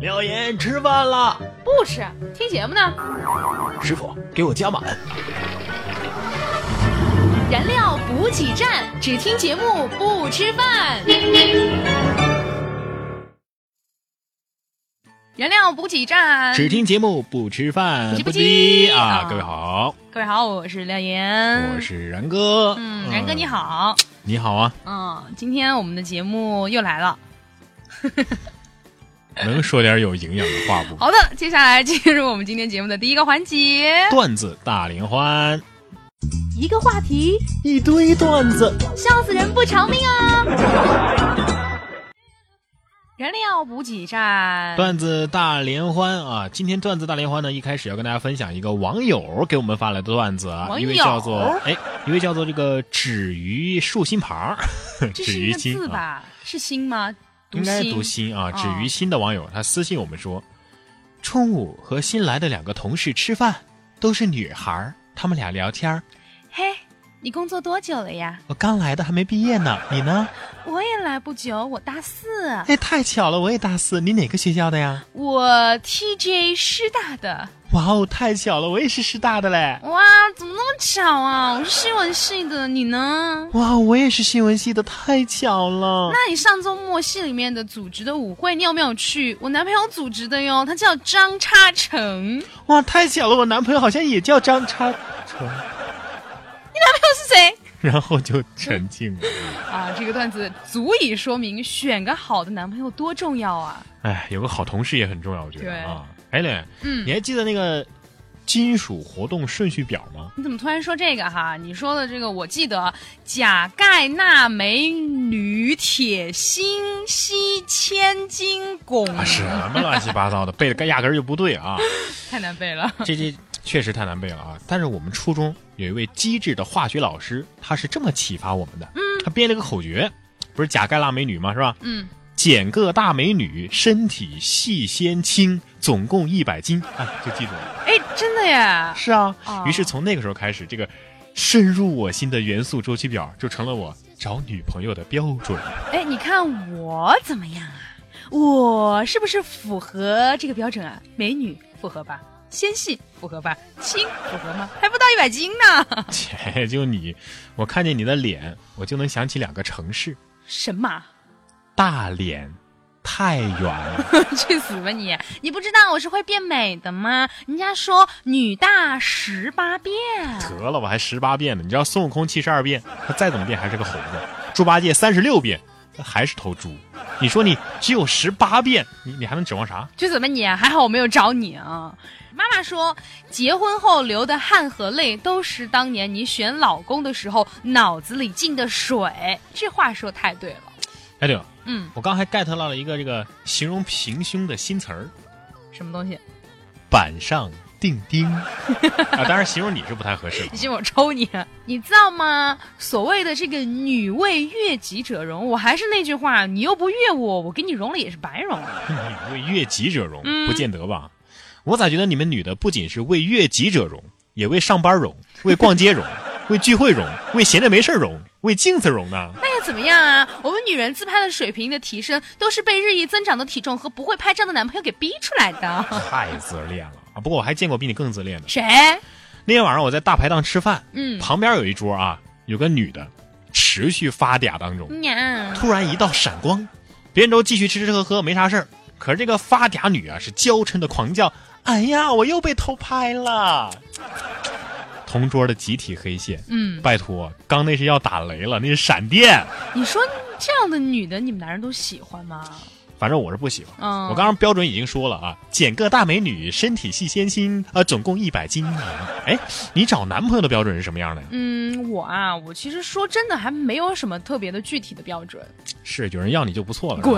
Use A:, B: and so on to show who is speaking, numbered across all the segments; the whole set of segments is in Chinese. A: 廖岩吃饭了，
B: 不吃，听节目呢。
A: 师傅给我加满。
B: 嗯燃料补给站，只听节目不吃饭。燃料补给站，
A: 只听节目不吃饭，
B: 不急不急
A: 啊！
B: 啊
A: 各位好，
B: 各位好，我是廖岩，
A: 我是然哥。
B: 嗯，然哥你，好，
A: 你好啊！
B: 嗯，今天我们的节目又来了。
A: 能说点有营养的话不？
B: 嗯好的，接下来进入我们今天节目的第一个环节，
A: 段子大联欢，
B: 一个话题，
A: 一堆段子。
B: 笑死人不偿命啊！ 燃料补给站，
A: 段子大联欢啊！今天段子大联欢呢，一开始要跟大家分享一个网友给我们发来的段子啊，
B: 网
A: 一
B: 友
A: 位叫做哎，一位叫做这个止于竖心牌儿，
B: 这
A: 止
B: 是一
A: 于
B: 个
A: 心
B: 字
A: 啊，
B: 吧？是心吗？
A: 应该读心啊，止于心的网友他私信我们说，中午和新来的两个同事吃饭，都是女孩儿，他们俩聊天儿，
B: 嘿，你工作多久了呀？
A: 我刚来的还没毕业 呢，你呢？
B: 我也来不久，我大四，
A: 哎，太巧了，我也大四，你哪个学校的呀？
B: 我 TJ 师大的。
A: 哇哦，太巧了，我也是师大的嘞。
B: 哇，怎么那么巧啊？我是新闻系的，你呢？
A: 哇，哦我也是新闻系的，太巧了。
B: 那你上周末系里面的组织的舞会，你有没有去？我男朋友组织的哟，他叫张叉成。
A: 哇，太巧了，我男朋友好像也叫张叉成，
B: 又是谁？
A: 然后就沉静 了。
B: 啊，这个段子足以说明选个好的男朋友多重要啊！
A: 哎，有个好同事也很重要，我觉得
B: 对
A: 啊。哎，磊，
B: 嗯
A: 你还记得那个金属活动顺序表吗？
B: 你怎么突然说这个哈？你说的这个我记得，钾、钙、钠、镁、铝、铁、锌、硒、铅、金、汞，
A: 啊， 是什么乱七八糟的，背的压根儿就不对啊。
B: 太难背了。
A: 这这确实太难背了啊。但是我们初中有一位机智的化学老师，他是这么启发我们的，他编了个口诀，不是钾钙辣美女吗？是吧？
B: 嗯，
A: 捡个大美女，身体细纤轻，总共一百斤，哎，就记住了。
B: 哎，真的耶！
A: 是啊
B: 哦，
A: 于是从那个时候开始，这个深入我心的元素周期表就成了我找女朋友的标准。
B: 哎，你看我怎么样啊？我是不是符合这个标准啊？美女符合吧？纤细符合吧？轻符合吗？还不到一百斤呢！
A: 切，就你，我看见你的脸，我就能想起两个城市：
B: 神马，
A: 大连、太原。
B: 去死吧你！你不知道我是会变美的吗？人家说女大十八变。
A: 得了吧，还十八变呢！你知道孙悟空七十二变，他再怎么变还是个猴子；猪八戒三十六变，他还是头猪。你说你只有十八变，你你还能指望啥？
B: 去死吧你！还好我没有找你啊。妈妈说，结婚后流的汗和泪，都是当年你选老公的时候脑子里进的水。这话说太对了。
A: 哎，对了，
B: 嗯，
A: 我刚还 get 到了一个这个形容平胸的新词儿。
B: 什么东西？
A: 板上钉 钉啊！当然，形容你是不太合适了
B: 你。信我抽你！你知道吗？所谓的这个女为悦己者容，我还是那句话，你又不悦我，我给你容了也是白容了。
A: 你 为悦己者容，
B: 嗯
A: 不见得吧？我咋觉得你们女的不仅是为悦己者容，也为上班容，为逛街容，为聚会容，为闲着没事儿容，为镜子容呢？
B: 那又怎么样啊？我们女人自拍的水平的提升，都是被日益增长的体重和不会拍照的男朋友给逼出来的。
A: 太自恋了啊！不过我还见过比你更自恋的。
B: 谁？
A: 那天晚上我在大排档吃饭，
B: 嗯，
A: 旁边有一桌啊，有个女的持续发嗲当
B: 嗯
A: 中，
B: 娘。
A: 突然一道闪光，别人都继续吃吃喝喝没啥事儿，可是这个发嗲女啊是娇嗔的狂叫：“哎呀，我又被偷拍了！”同桌的集体黑线，
B: 嗯，
A: 拜托，刚那是要打雷了，那是闪电，
B: 你说这样的女的，你们男人都喜欢吗？
A: 反正我是不喜欢。
B: 嗯，
A: 我刚刚标准已经说了啊，捡个大美女，身体细纤心，啊，总共一百斤。哎，你找男朋友的标准是什么样的呀？
B: 嗯，我啊，我其实说真的，还没有什么特别的具体的标准。
A: 是有人要你就不错了。是吧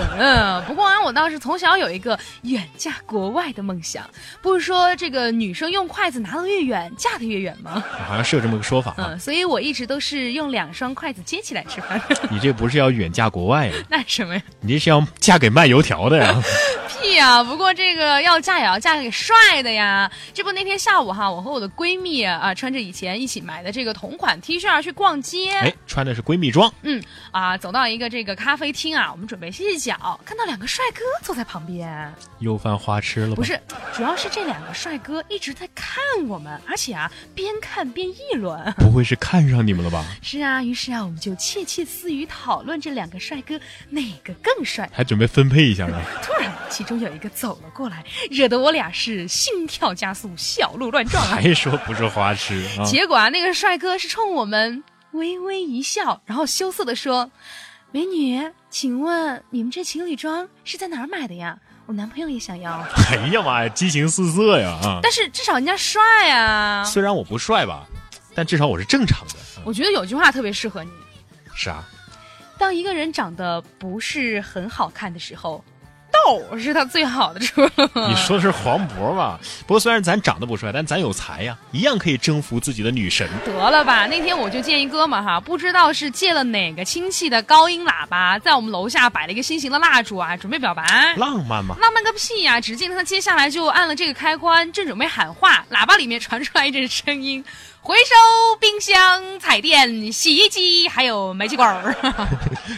B: 滚！不过啊，我倒是从小有一个远嫁国外的梦想。不是说这个女生用筷子拿得越远，嫁得越远 吗？
A: 好像是有这么个说法啊。
B: 嗯，所以我一直都是用两双筷子接起来吃饭。
A: 嗯你这不是要远嫁国外呀、
B: 那什么呀？
A: 你这是要嫁给卖油条的 呀。
B: 屁呀、不过这个要嫁也要嫁给帅的呀。这不那天下午哈，我和我的闺蜜啊、穿着以前一起买的这个同款 T 恤儿去逛街，
A: 哎，穿的是闺蜜装，
B: 嗯啊，走到一个这个咖啡厅啊，我们准备歇歇脚，看到两个帅哥坐在旁边，
A: 又犯花痴了吧？
B: 不是，主要是这两个帅哥一直在看我们，而且啊，边看边议论。
A: 不会是看上你们了吧？
B: 是啊，于是啊，我们就窃窃私语讨论这两个帅哥哪个更帅。
A: 还准备分配一下呢？
B: 突然，其中有一个走了过来，惹得我俩是心跳加速，小鹿乱撞啊。
A: 还说不是花痴啊？
B: 结果啊，那个帅哥是冲我们微微一笑，然后羞涩地说：“美女，请问你们这情侣装是在哪儿买的呀？我男朋友也想要。”
A: 哎呀妈呀，激情四射呀啊！
B: 但是至少人家帅啊！
A: 虽然我不帅吧，但至少我是正常的。啊
B: 我觉得有句话特别适合你：
A: 是啊，
B: 当一个人长得不是很好看的时 候，痘是他最好的处。
A: 你说的是黄渤吧？不过虽然咱长得不帅，但咱有才呀，一样可以征服自己的女神。
B: 得了吧，那天我就见一哥们儿哈，不知道是借了哪个亲戚的高音喇叭，在我们楼下摆了一个心形的蜡烛啊，准备表白。
A: 浪漫嘛，
B: 浪漫个屁呀、只见他接下来就按了这个开关，正准备喊话，喇叭里面传出来一阵声音：“回收冰箱、彩电、洗衣机，还有煤气罐 儿。”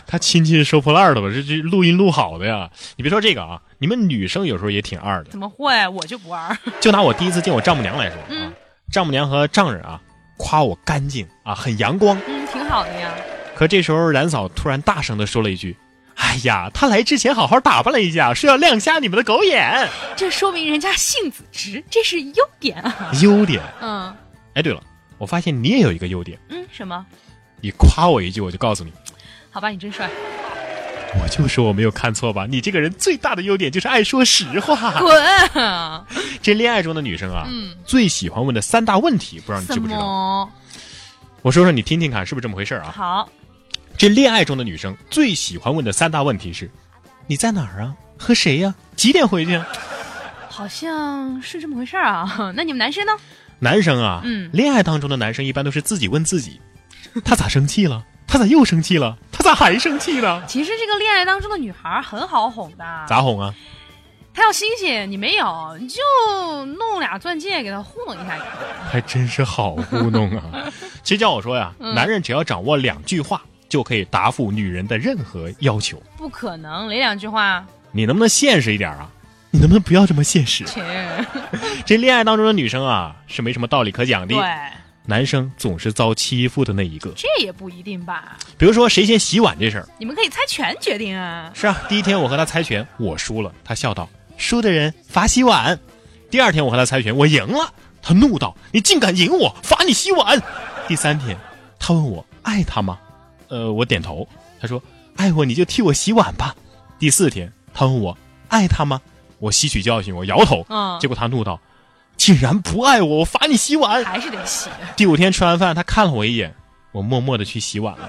A: 他亲戚是收破烂的吧？这这录音录好的呀。你别说这个啊，你们女生有时候也挺二的。
B: 怎么会？啊我就不二。
A: 就拿我第一次见我丈母娘来说，啊
B: 嗯，
A: 丈母娘和丈人啊，夸我干净啊，很阳光。
B: 嗯，挺好的呀。
A: 可这时候，冉嫂突然大声的说了一句：“哎呀，他来之前好好打扮了一下，说要亮瞎你们的狗眼。
B: 这说明人家性子直，这是优点啊。”
A: 优点。
B: 嗯
A: 哎，对了，我发现你也有一个优点，
B: 嗯，什么？
A: 你夸我一句，我就告诉你，
B: 好吧，你真帅，
A: 我就说我没有看错吧？你这个人最大的优点就是爱说实话。
B: 滚！
A: 这恋爱中的女生啊，
B: 嗯
A: 最喜欢问的三大问题，不知道你知
B: 怎
A: 不知道？
B: 么？
A: 我说说你听听看，是不是这么回事儿啊？
B: 好，
A: 这恋爱中的女生最喜欢问的三大问题是：你在哪儿啊？和谁呀、几点回去啊？
B: 好像是这么回事儿啊。 那你们男生呢？
A: 男生啊，
B: 嗯
A: 恋爱当中的男生一般都是自己问自己，他咋生气了？他咋又生气了？他咋还生气呢？
B: 其实这个恋爱当中的女孩儿很好哄的，
A: 咋哄啊？
B: 她要新鲜，你没有，你就弄俩钻戒给她糊弄一下也可以。
A: 还真是好糊弄啊！其实叫我说呀，男人只要掌握两句话，就可以答复女人的任何要求。
B: 不可能，来两句话，
A: 你能不能现实一点啊？你能不能不要这么现实？
B: 切，
A: 这恋爱当中的女生啊，是没什么道理可讲的
B: 对，，
A: 男生总是遭欺负的那一个。
B: 这也不一定吧。
A: 比如说谁先洗碗这事儿，
B: 你们可以猜拳决定啊。
A: 是啊，第一天我和他猜拳，我输了，他笑道：“输的人罚洗碗。”第二天我和他猜拳，我赢了，他怒道：“你竟敢赢我，罚你洗碗！”第三天，他问我爱他吗？呃，我点头。他说：“爱我你就替我洗碗吧。”第四天，他问我爱他吗？我吸取教训，我摇头。
B: 嗯
A: 结果他怒道：“竟然不爱我，我罚你洗碗！”
B: 还是得洗，
A: 第五天吃完饭，他看了我一眼，我默默的去洗碗了。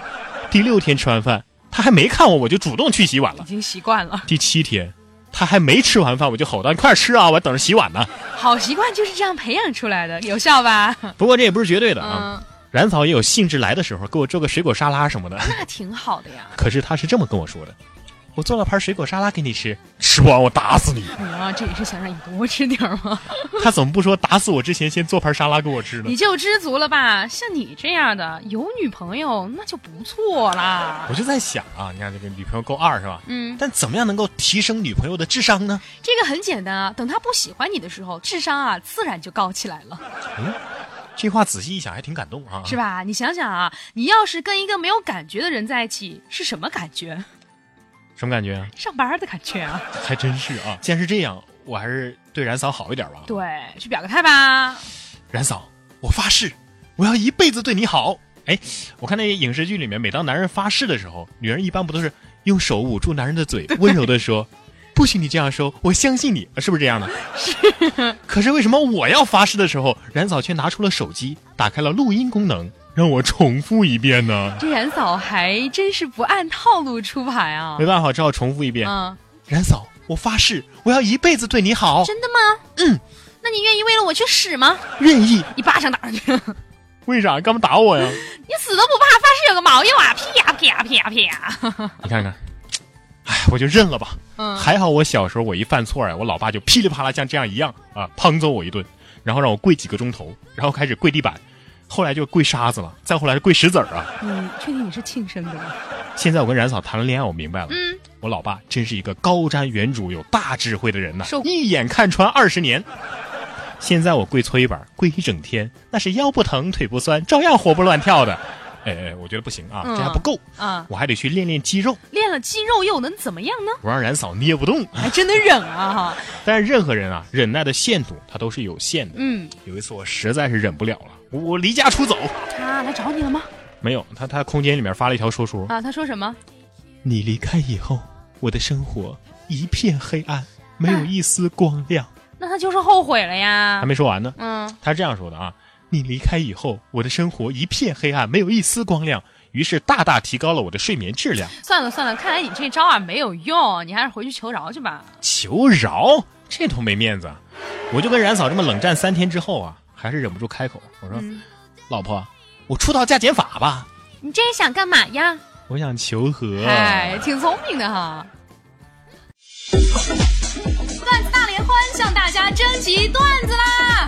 A: 第六天吃完饭，他还没看我，我就主动去洗碗
B: 已
A: 了。
B: 经习惯了。
A: 第七天，他还没吃完饭，我就吼道：“你快点吃啊，我还等着洗碗 呢。
B: 好习惯就是这样培养出来的，有效吧？”
A: 不过这也不是绝对的啊，
B: 嗯，
A: 冉嫂也有兴致来的时候给我做个水果沙拉什么的。
B: 那挺好的呀。
A: 可是他是这么跟我说的：“ 我做了盘水果沙拉给你吃，吃不完我打死 你。
B: 你啊，这也是想让你多吃点儿吗？”
A: 他怎么不说打死我之前先做盘沙拉给我吃呢
B: 你？就知足了吧。像你这样的有女朋友，那就不错啦。
A: 我就在想啊，你看这个女朋友够二是吧？
B: 嗯，
A: 但怎么样能够提升女朋友的智商呢？
B: 这个很简单啊。等他不喜欢你的时候，智商啊自然就高起来了，
A: 这话仔细一想还挺感动啊。
B: 是吧？你想想啊，你要是跟一个没有感觉的人在一起，是什么感觉？
A: 什么感觉啊？
B: 上班的感觉啊。
A: 还真是啊！既然是这样，我还是对冉嫂好一点吧。
B: 对，去表个态吧。
A: 冉嫂，我发誓，我要一辈子对你好。哎，我看那影视剧里面，每当男人发誓的时候，女人一般不都是用手捂住男人的 嘴，温柔的说：“不许你这样说，我相信你。”是不是这样的？是。可是为什么我要发誓的时候，冉嫂却拿出了手机，打开了录音功能，让我重复一遍呢？
B: 这冉嫂还真是不按套路出牌啊
A: 没。办法，只好重复一遍。
B: 嗯，
A: 冉嫂，我发誓，我要一辈子对你好，
B: 真的吗？
A: 嗯。
B: 那你愿意为了我去死吗？
A: 愿意。
B: 一巴掌打上去， 你
A: 为啥干嘛打我呀？
B: 死都不怕，发誓有个毛用啊！啪啪啪啪啪！
A: 你看看，哎，我就认了吧。
B: 嗯，
A: 还好我小时候我一犯错呀，我老爸就噼里啪啦像这样一样啊，胖揍我一顿，然后让我跪几个钟头，然后开始跪地板，后来就跪沙子了，再后来是跪石子儿啊。
B: 你确定你是亲生的吗？
A: 现在我跟冉嫂谈了恋爱，我明白了，
B: 嗯，
A: 我老爸真是一个高瞻远瞩、有大智慧的人呐、
B: 受
A: 一眼看穿二十年。现在我跪搓衣板，跪一整天，那是腰不疼腿不酸，照样活蹦乱跳的。哎哎，我觉得不行啊，
B: 嗯
A: 这还不够，
B: 啊，
A: 我还得去练练肌肉，
B: 练了肌肉又能怎么样呢？
A: 我让冉嫂捏不动。
B: 还真的忍啊哈，
A: 但是任何人啊，忍耐的限度它都是有限的。
B: 嗯，
A: 有一次我实在是忍不了了，我我离家出走。
B: 他来找你了吗？
A: 没有，他他空间里面发了一条说说，
B: 啊，他说什么？
A: 你离开以后，我的生活一片黑暗，没有一丝光亮。
B: 那他就是后悔了 呀
A: 还。没说完呢，
B: 嗯，
A: 他是这样说的啊：你离开以后，我的生活一片黑暗，没有一丝光亮，于是大大提高了我的睡眠质量。
B: 算了算了，看来你这招啊没有用，你还是回去求饶去吧。
A: 求饶，这多没面子！啊！我就跟冉嫂这么冷战三天之后啊，还是忍不住开口，我说：“
B: 嗯
A: 老婆，我出道加减法吧，
B: 你这是想干嘛呀？
A: 我想求和。”
B: 哎，挺聪明的哈。段子大联欢向大家征集段子啦！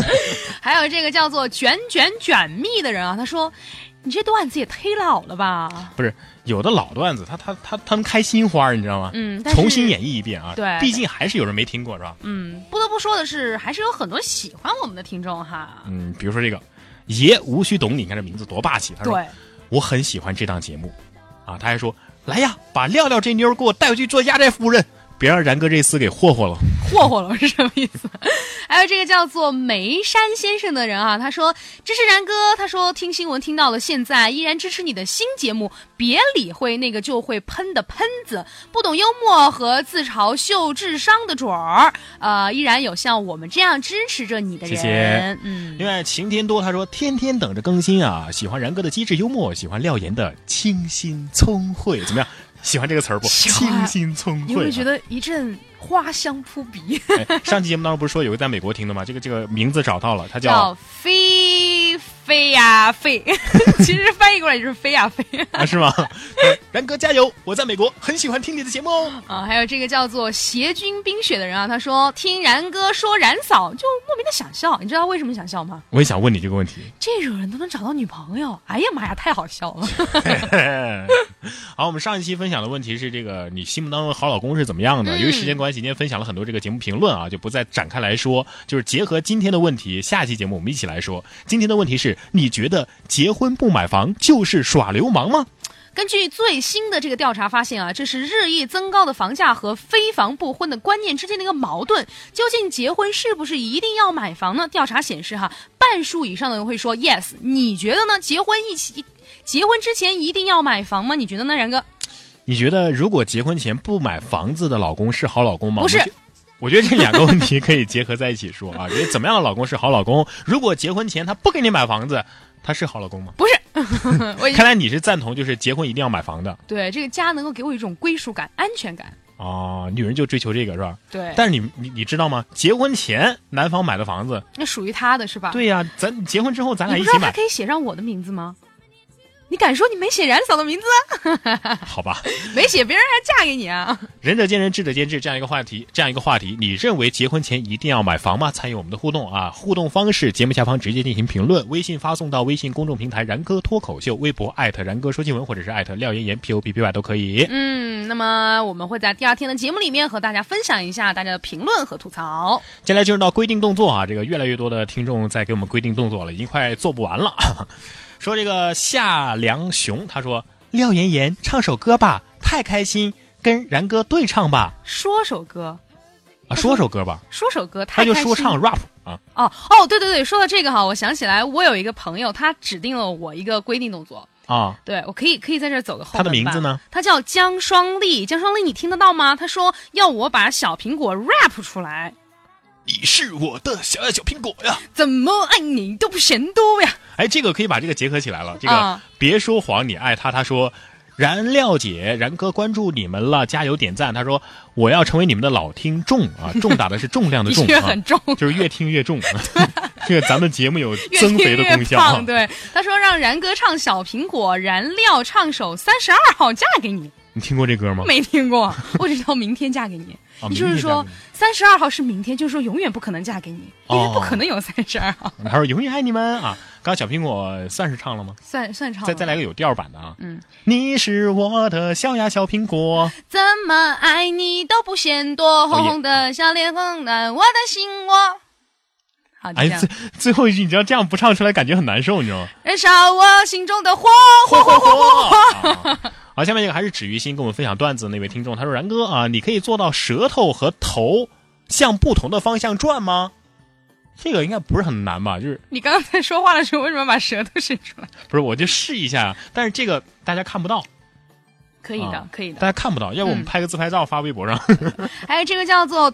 B: 还有这个叫做卷卷卷蜜的人啊，他说你这段子也忒老了吧？
A: 不是有的老段子，他他他他们开新花，你知道吗？
B: 嗯，但是
A: 重新演绎一遍啊，
B: 对
A: 毕竟还是有人没听过，是吧？
B: 嗯，不得不说的是，还是有很多喜欢我们的听众哈。
A: 嗯，比如说这个爷无需懂你，你看这名字多霸气，他说
B: 对，
A: 我很喜欢这档节目，啊，他还说来呀，把廖廖这妞儿给我带回去做压寨夫人，别让然哥这厮给霍霍了。
B: 霍霍了是什么意思？ 还有这个叫做梅山先生的人啊，他说支持然哥，他说听新闻听到了现在，依然支持你的新节目，别理会那个就会喷的喷子，不懂幽默和自嘲秀智商的准儿，呃，依然有像我们这样支持着你的人，
A: 谢谢
B: 嗯
A: 另。外，晴天多他说天天等着更新啊，喜欢然哥的机智幽默，喜欢廖岩的清新聪慧，怎么样？喜欢这个词儿不？
B: 喜欢
A: 清新聪慧啊，
B: 你会觉得一阵花香扑鼻，
A: 哎上期节目当中不是说有个在美国听的吗？这个这个名字找到了，他
B: 叫
A: 叫
B: 飞飞呀 飞，其实翻译过来就是飞呀飞。
A: 啊是吗？ 哎然哥加油！我在美国很喜欢听你的节目哦。
B: 啊，还有这个叫做邪君冰雪的人啊，他说听然哥说然嫂就莫名的想笑，你知道为什么想笑吗？
A: 我也想问你这个问题。
B: 这种人都能找到女朋友，哎呀妈呀，太好笑了！
A: 好，我们上一期分享的问题是这个你心目当中的好老公是怎么样的？
B: 嗯
A: 由于时间关系，今天分享了很多这个节目评论啊，就不再展开来说。就是结合今天的问题，下期节目我们一起来说。今天的问题是：你觉得结婚不买房就是耍流氓吗？
B: 根据最新的这个调查发现啊，这是日益增高的房价和非房不婚的观念之间的一个矛盾。究竟结婚是不是一定要买房呢？调查显示哈，半数以上的人会说 yes。你觉得呢？结婚一起，结婚之前一定要买房吗？你觉得呢，然哥？
A: 你觉得如果结婚前不买房子的老公是好老公吗？
B: 不是
A: 我觉。我觉得这两个问题可以结合在一起说啊， 觉得怎么样的老公是好老公？如果结婚前他不给你买房子，他是好老公吗？
B: 不是， 我已经
A: 看来你是赞同，就是结婚一定要买房的
B: 对这个家能够给我一种归属感、安全感。
A: 哦，女人就追求这个是吧？
B: 对，
A: 但是你你你知道吗？结婚前男方买的房子，
B: 那属于他的是吧？
A: 对呀、咱结婚之后咱俩一
B: 你不知
A: 起
B: 道他
A: 买，
B: 可以写上我的名字吗？你敢说你没写冉嫂的名字啊？
A: 好吧？
B: 没写，别人还嫁给你啊？
A: 仁者见仁，智者见智，这样一个话题，这样一个话题，你认为结婚前一定要买房吗？参与我们的互动啊！互动方式，节目下方直接进行评论，微信发送到微信公众平台“然哥脱口秀”，微博艾特“然哥说新闻”或者是艾特廖岩岩 P O P P Y 都可以。
B: 嗯，那么我们会在第二天的节目里面和大家分享一下大家的评论和吐槽。
A: 接下来进入到规定动作啊，这个越来越多的听众在给我们规定动作了，已经快做不完了。 说这个夏良雄，他说廖岩岩唱首歌吧，太开心，跟然哥对唱吧，
B: 说首歌，
A: 啊，说首歌吧，
B: 说首歌，太
A: 他就
B: 开
A: 说
B: 心
A: 唱 rap 啊，
B: 哦哦，对对对，说到这个哈，我想起来，我有一个朋友，他指定了我一个规定动作，
A: 啊，
B: 对我可以可以在这儿走个后
A: 他
B: 门
A: 的
B: 吧
A: 名字？呢？
B: 他叫江双立，江双立，你听得到吗？他说要我把小苹果 rap 出来，
A: 你是我的小小苹果呀！
B: 怎么爱你都不嫌多呀。
A: 哎，这个可以把这个结合起来了。这个、
B: 啊
A: 别说谎，你爱他。他说，然廖姐、然哥关注你们了，加油点赞。他说我要成为你们的老听众啊，重打的是重量 的
B: 的
A: 重
B: 确
A: 啊
B: 很，重，
A: 就是越听越重。啊 这个咱们节目有
B: 越
A: 增
B: 听
A: 肥的
B: 越
A: 功效啊
B: 胖。。对，他说让然哥唱小苹果，燃料唱首三十二号嫁给你，
A: 你听过这歌吗？
B: 没听过， 我只知道明天嫁给你。
A: 啊，
B: 你
A: 明
B: 就
A: 天
B: 是
A: 再
B: 说
A: 问
B: 三十二号是明天，就是说永远不可能嫁给你，
A: 哦
B: 因为不可能有三十二号。
A: 他说永远爱你们啊。刚刚小苹果算是唱了吗？
B: 算算唱了
A: 再再来个有调版的啊。
B: 嗯，
A: 你是我的小呀小苹果。
B: 怎么爱你都不嫌多，红红的小脸红暖我的心窝。好，就这
A: 哎，
B: 样
A: 最，最后一句，你知道这样不唱出来感觉很难受，你知 道吗？
B: 燃烧我心中的火，
A: 嚯嚯嚯！好，下面这个还是止于心跟我们分享段子那位听众，他说：“然哥啊，你可以做到舌头和头向不同的方向转吗？”这个应该不是很难吧？就是
B: 你刚刚在说话的时候为什么把舌头伸出来？
A: 不是我就试一下，但是这个大家看不到，
B: 可以的
A: 啊，
B: 可以的
A: 大。家看不到，要不我们
B: 嗯
A: 拍个自拍照发微博
B: 啊
A: 上。
B: 还有哎这个叫做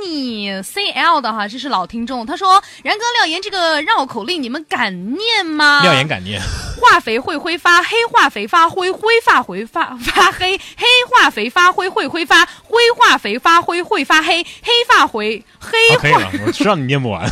B: Tony CL 的哈，这是老听众，他说：“然哥廖岩这个绕口令你们敢念吗？
A: 廖岩感 念，哦
B: 化肥会挥发，黑化肥发灰，灰发回发发黑，黑化肥发灰会挥发，灰化肥发灰会发黑，黑发回黑
A: 啊可以
B: 化。
A: 了，我知道你念不完。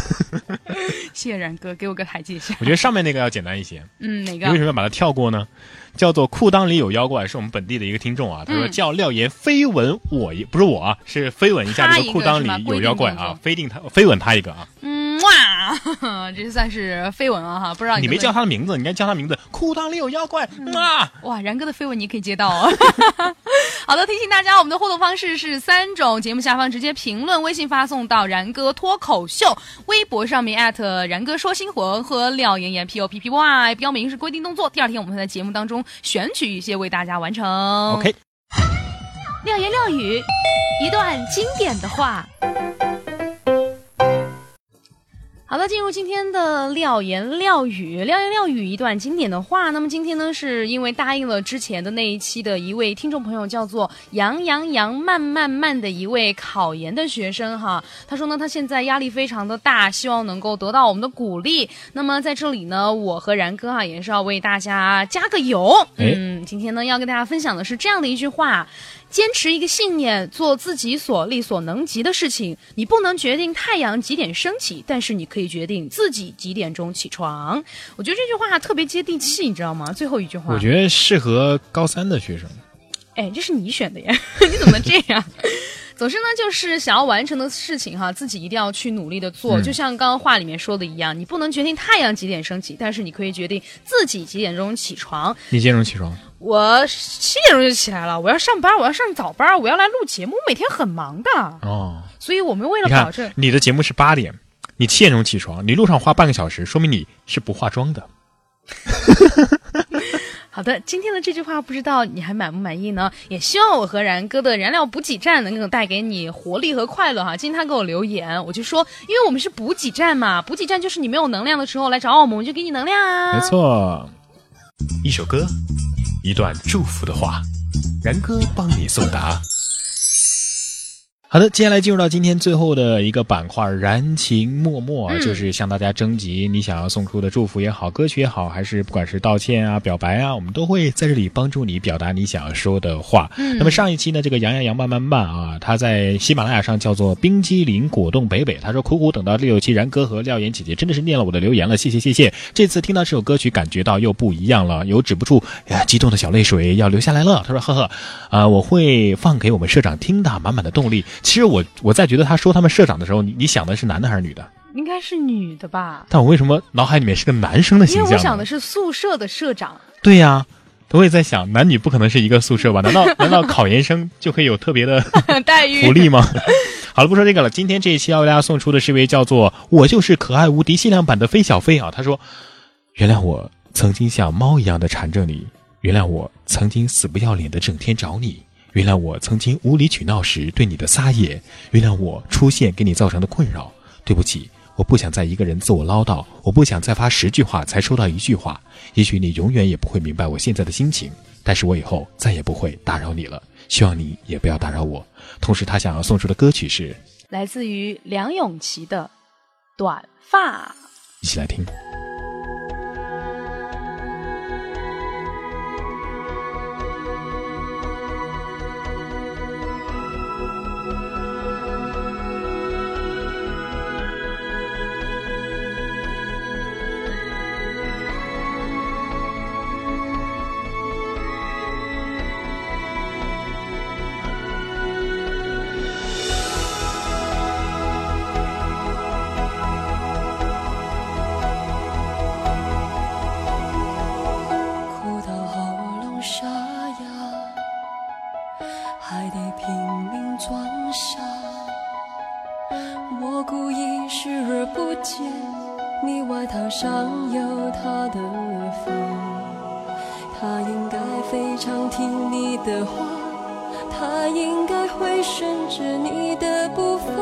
B: 谢谢然哥，给我个台阶下。
A: 我觉得上面那个要简单一些。
B: 嗯，哪
A: 你为什
B: 个？
A: 么要把它跳过呢？叫做裤裆里有妖怪，是我们本地的一个听众啊，他说
B: 嗯
A: 叫廖岩飞吻我一，不是我啊，是飞吻一下
B: 他
A: 这
B: 一
A: 个
B: 个
A: 裤裆
B: 是吧
A: 里
B: 不一
A: 有
B: 定
A: 妖怪
B: 动
A: 啊
B: 作，
A: 飞定他飞吻他一个啊，
B: 嗯哇， 这算是绯闻啊哈，不知道
A: 你没
B: 能不
A: 叫
B: 能
A: 他的名字，你应该叫他名字，裤裆里有妖怪啊。
B: 哇，然哥的绯闻你可以接到哦。 好的，提醒大家，我们的互动方式是三种：节目下方直接评论，微信发送到“然哥脱口秀”，微博上面艾特“然哥说新魂”和廖妍妍 P O P P Y，标明是规定动作。第二天我们会在节目当中选取一些为大家完成。
A: OK，
B: 廖言廖语，一段经典的话。好的，进入今天的廖言廖语，廖言廖语一段经典的话。那么今天呢，是因为答应了之前的那一期的一位听众朋友，叫做杨洋洋慢慢慢的一位考研的学生哈，他说呢，他现在压力非常的大，希望能够得到我们的鼓励。那么在这里呢，我和然哥哈、也是要为大家加个油。
A: 哎
B: 嗯，今天呢要跟大家分享的是这样的一句话：坚持一个信念，做自己所力所能及的事情。你不能决定太阳几点升起，但是你可以决定自己几点钟起床。我觉得这句话特别接地气，你知道吗？最后一句话，
A: 觉得适合高三的学生。
B: 哎，这是你选的耶， 你怎么能这样？ 总之呢，就是想要完成的事情哈，自己一定要去努力的做。
A: 嗯
B: 就像刚刚话里面说的一样，你不能决定太阳几点升起，但是你可以决定自己几点钟起床。
A: 你几点钟起床？
B: 我七点钟就起来了，我要上班，我要上早班，我要来录节目，每天很忙的，
A: 哦，
B: 所以我们为了
A: 你
B: 保证
A: 看，你的节目是八点，你七点钟起床，你路上花半个小时，说明你是不化妆的。
B: 好好的，今天的这句话不知道你还满不满意呢？也希望我和然哥的燃料补给站能够带给你活力和快乐哈。今天他给我留言，我就说，因为我们是补给站嘛，补给站就是你没有能量的时候来找我们，我们就给你能量啊。
A: 没错，
C: 一首歌，一段祝福的话，然哥帮你送达。
A: 好的，接下来进入到今天最后的一个板块“燃情脉脉”，啊
B: 嗯
A: 就是向大家征集你想要送出的祝福也好、歌曲也好，还是不管是道歉啊、表白啊，我们都会在这里帮助你表达你想要说的话。
B: 嗯
A: 那么上一期呢，这个杨洋洋慢慢慢啊，他在喜马拉雅上叫做冰激凌果冻北北，他说苦苦等到六六七然哥和廖岩姐姐真的是念了我的留言了，谢谢谢谢。这次听到这首歌曲，感觉到又不一样了，有止不住哎呀激动的小泪水要流下来了。他说呵呵，啊、我会放给我们社长听的，满满的动力。其实我我在觉得他说他们社长的时候，你你想的是男的还是女的？
B: 应该是女的吧？
A: 但我为什么脑海里面是个男生的
B: 因
A: 形
B: 为我
A: 象啊
B: 想
A: 呢？
B: 的是宿舍的 社长，
A: 对呀、我也在想，男女不可能是一个宿舍吧？难 道难道考研生就可以有特别的
B: 待遇
A: 福利吗？ 好了，不说这个了。今天这一期要为大家送出的是一位叫做“我就是可爱无敌限量版”的飞小飞啊，他说：“原谅我曾经像猫一样的缠着你，原谅我曾经死不要脸的整天找你，原谅我曾经无理取闹时对你的撒野，原谅我出现给你造成的困扰。对不起，我不想再一个人自我唠叨，我不想再发十句话才收到一句话。也许你永远也不会明白我现在的心情，但是我以后再也不会打扰你了。希望你也不要打扰我。同时，他想要送出的歌曲是，
B: 来自于梁咏琪的《短发》。
A: 一起来听。
D: 哭到喉咙沙哑，还得拼命装傻。我故意视而不见，你外套上有她的发，她应该非常听你的话，她应该会顺着你的步伐。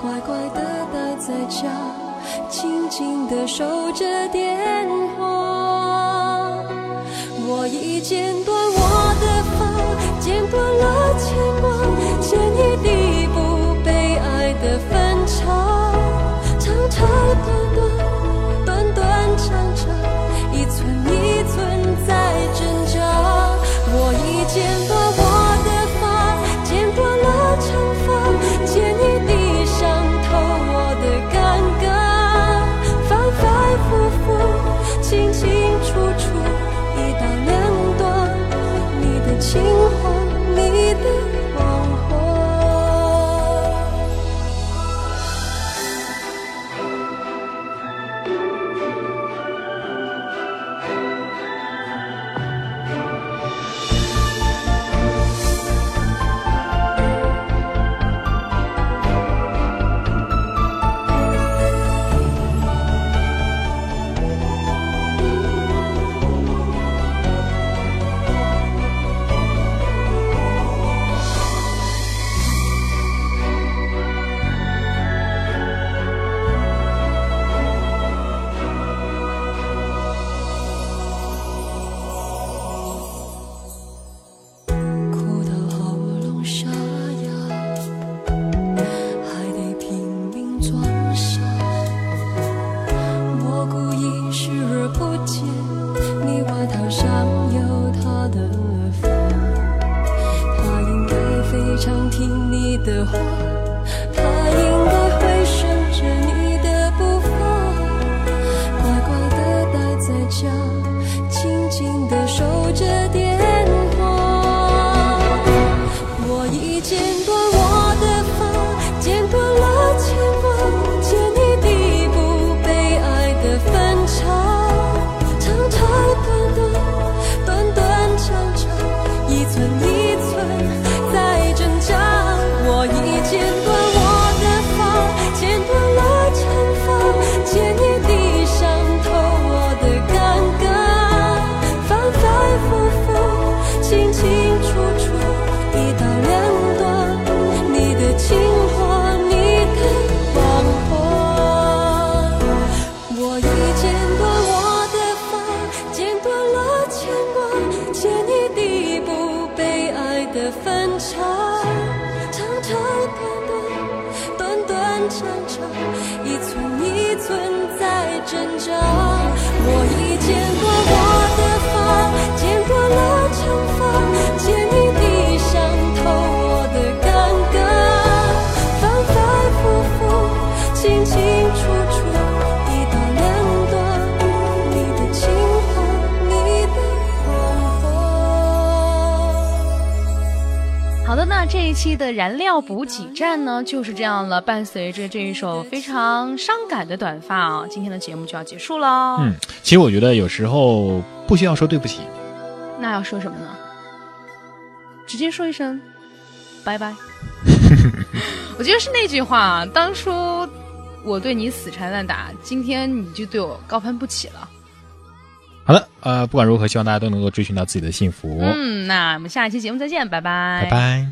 D: 乖乖的待在家，静静的守着电话。我已剪断我的发，剪断了牵挂，剪一地不被爱的分岔，长长短短，短短长长，一寸一寸在挣扎。我已剪断我的发，剪断了长发，剪一地伤透我啊的尴尬，反反复复，清清楚楚，一刀两断，你的轻狂，你的黄昏。哭到喉咙沙哑，还得拼命装傻。我故意视而不见，你外套上有她的发，她应该非常听你的话，她应该会顺着你的步伐。乖乖的待在家，静静的守着电话。我已剪断我的发，剪断了牵挂，剪一地不被爱的分岔，长长短短，短短长长，一寸一寸在挣扎。我已剪断我的发，剪断了长发，剪一地伤透我的尴尬，反的分岔，长长短短，短短长长，一寸一寸在挣扎。我已剪过我的发，剪过了长发，剪你的伤透我的尴尬，反反复复，清清楚楚，一刀两断，你的情话，你的谎话。
B: 好的，那这一期的燃料补给站呢，就是这样了。伴随着这一首非常伤感的短发啊，今天的节目就要结束了。
A: 嗯，其实我觉得有时候不需要说对不起，
B: 那要说什么呢？直接说一声拜 拜。我觉得是那句话，当初我对你死缠烂打，今天你就对我高攀不起了。
A: 好的，
B: 嗯
A: 呃，不管如何，希望大家都能够追寻到自己的幸福。
B: 嗯，那我们下一期节目再见，拜拜，
A: 拜拜。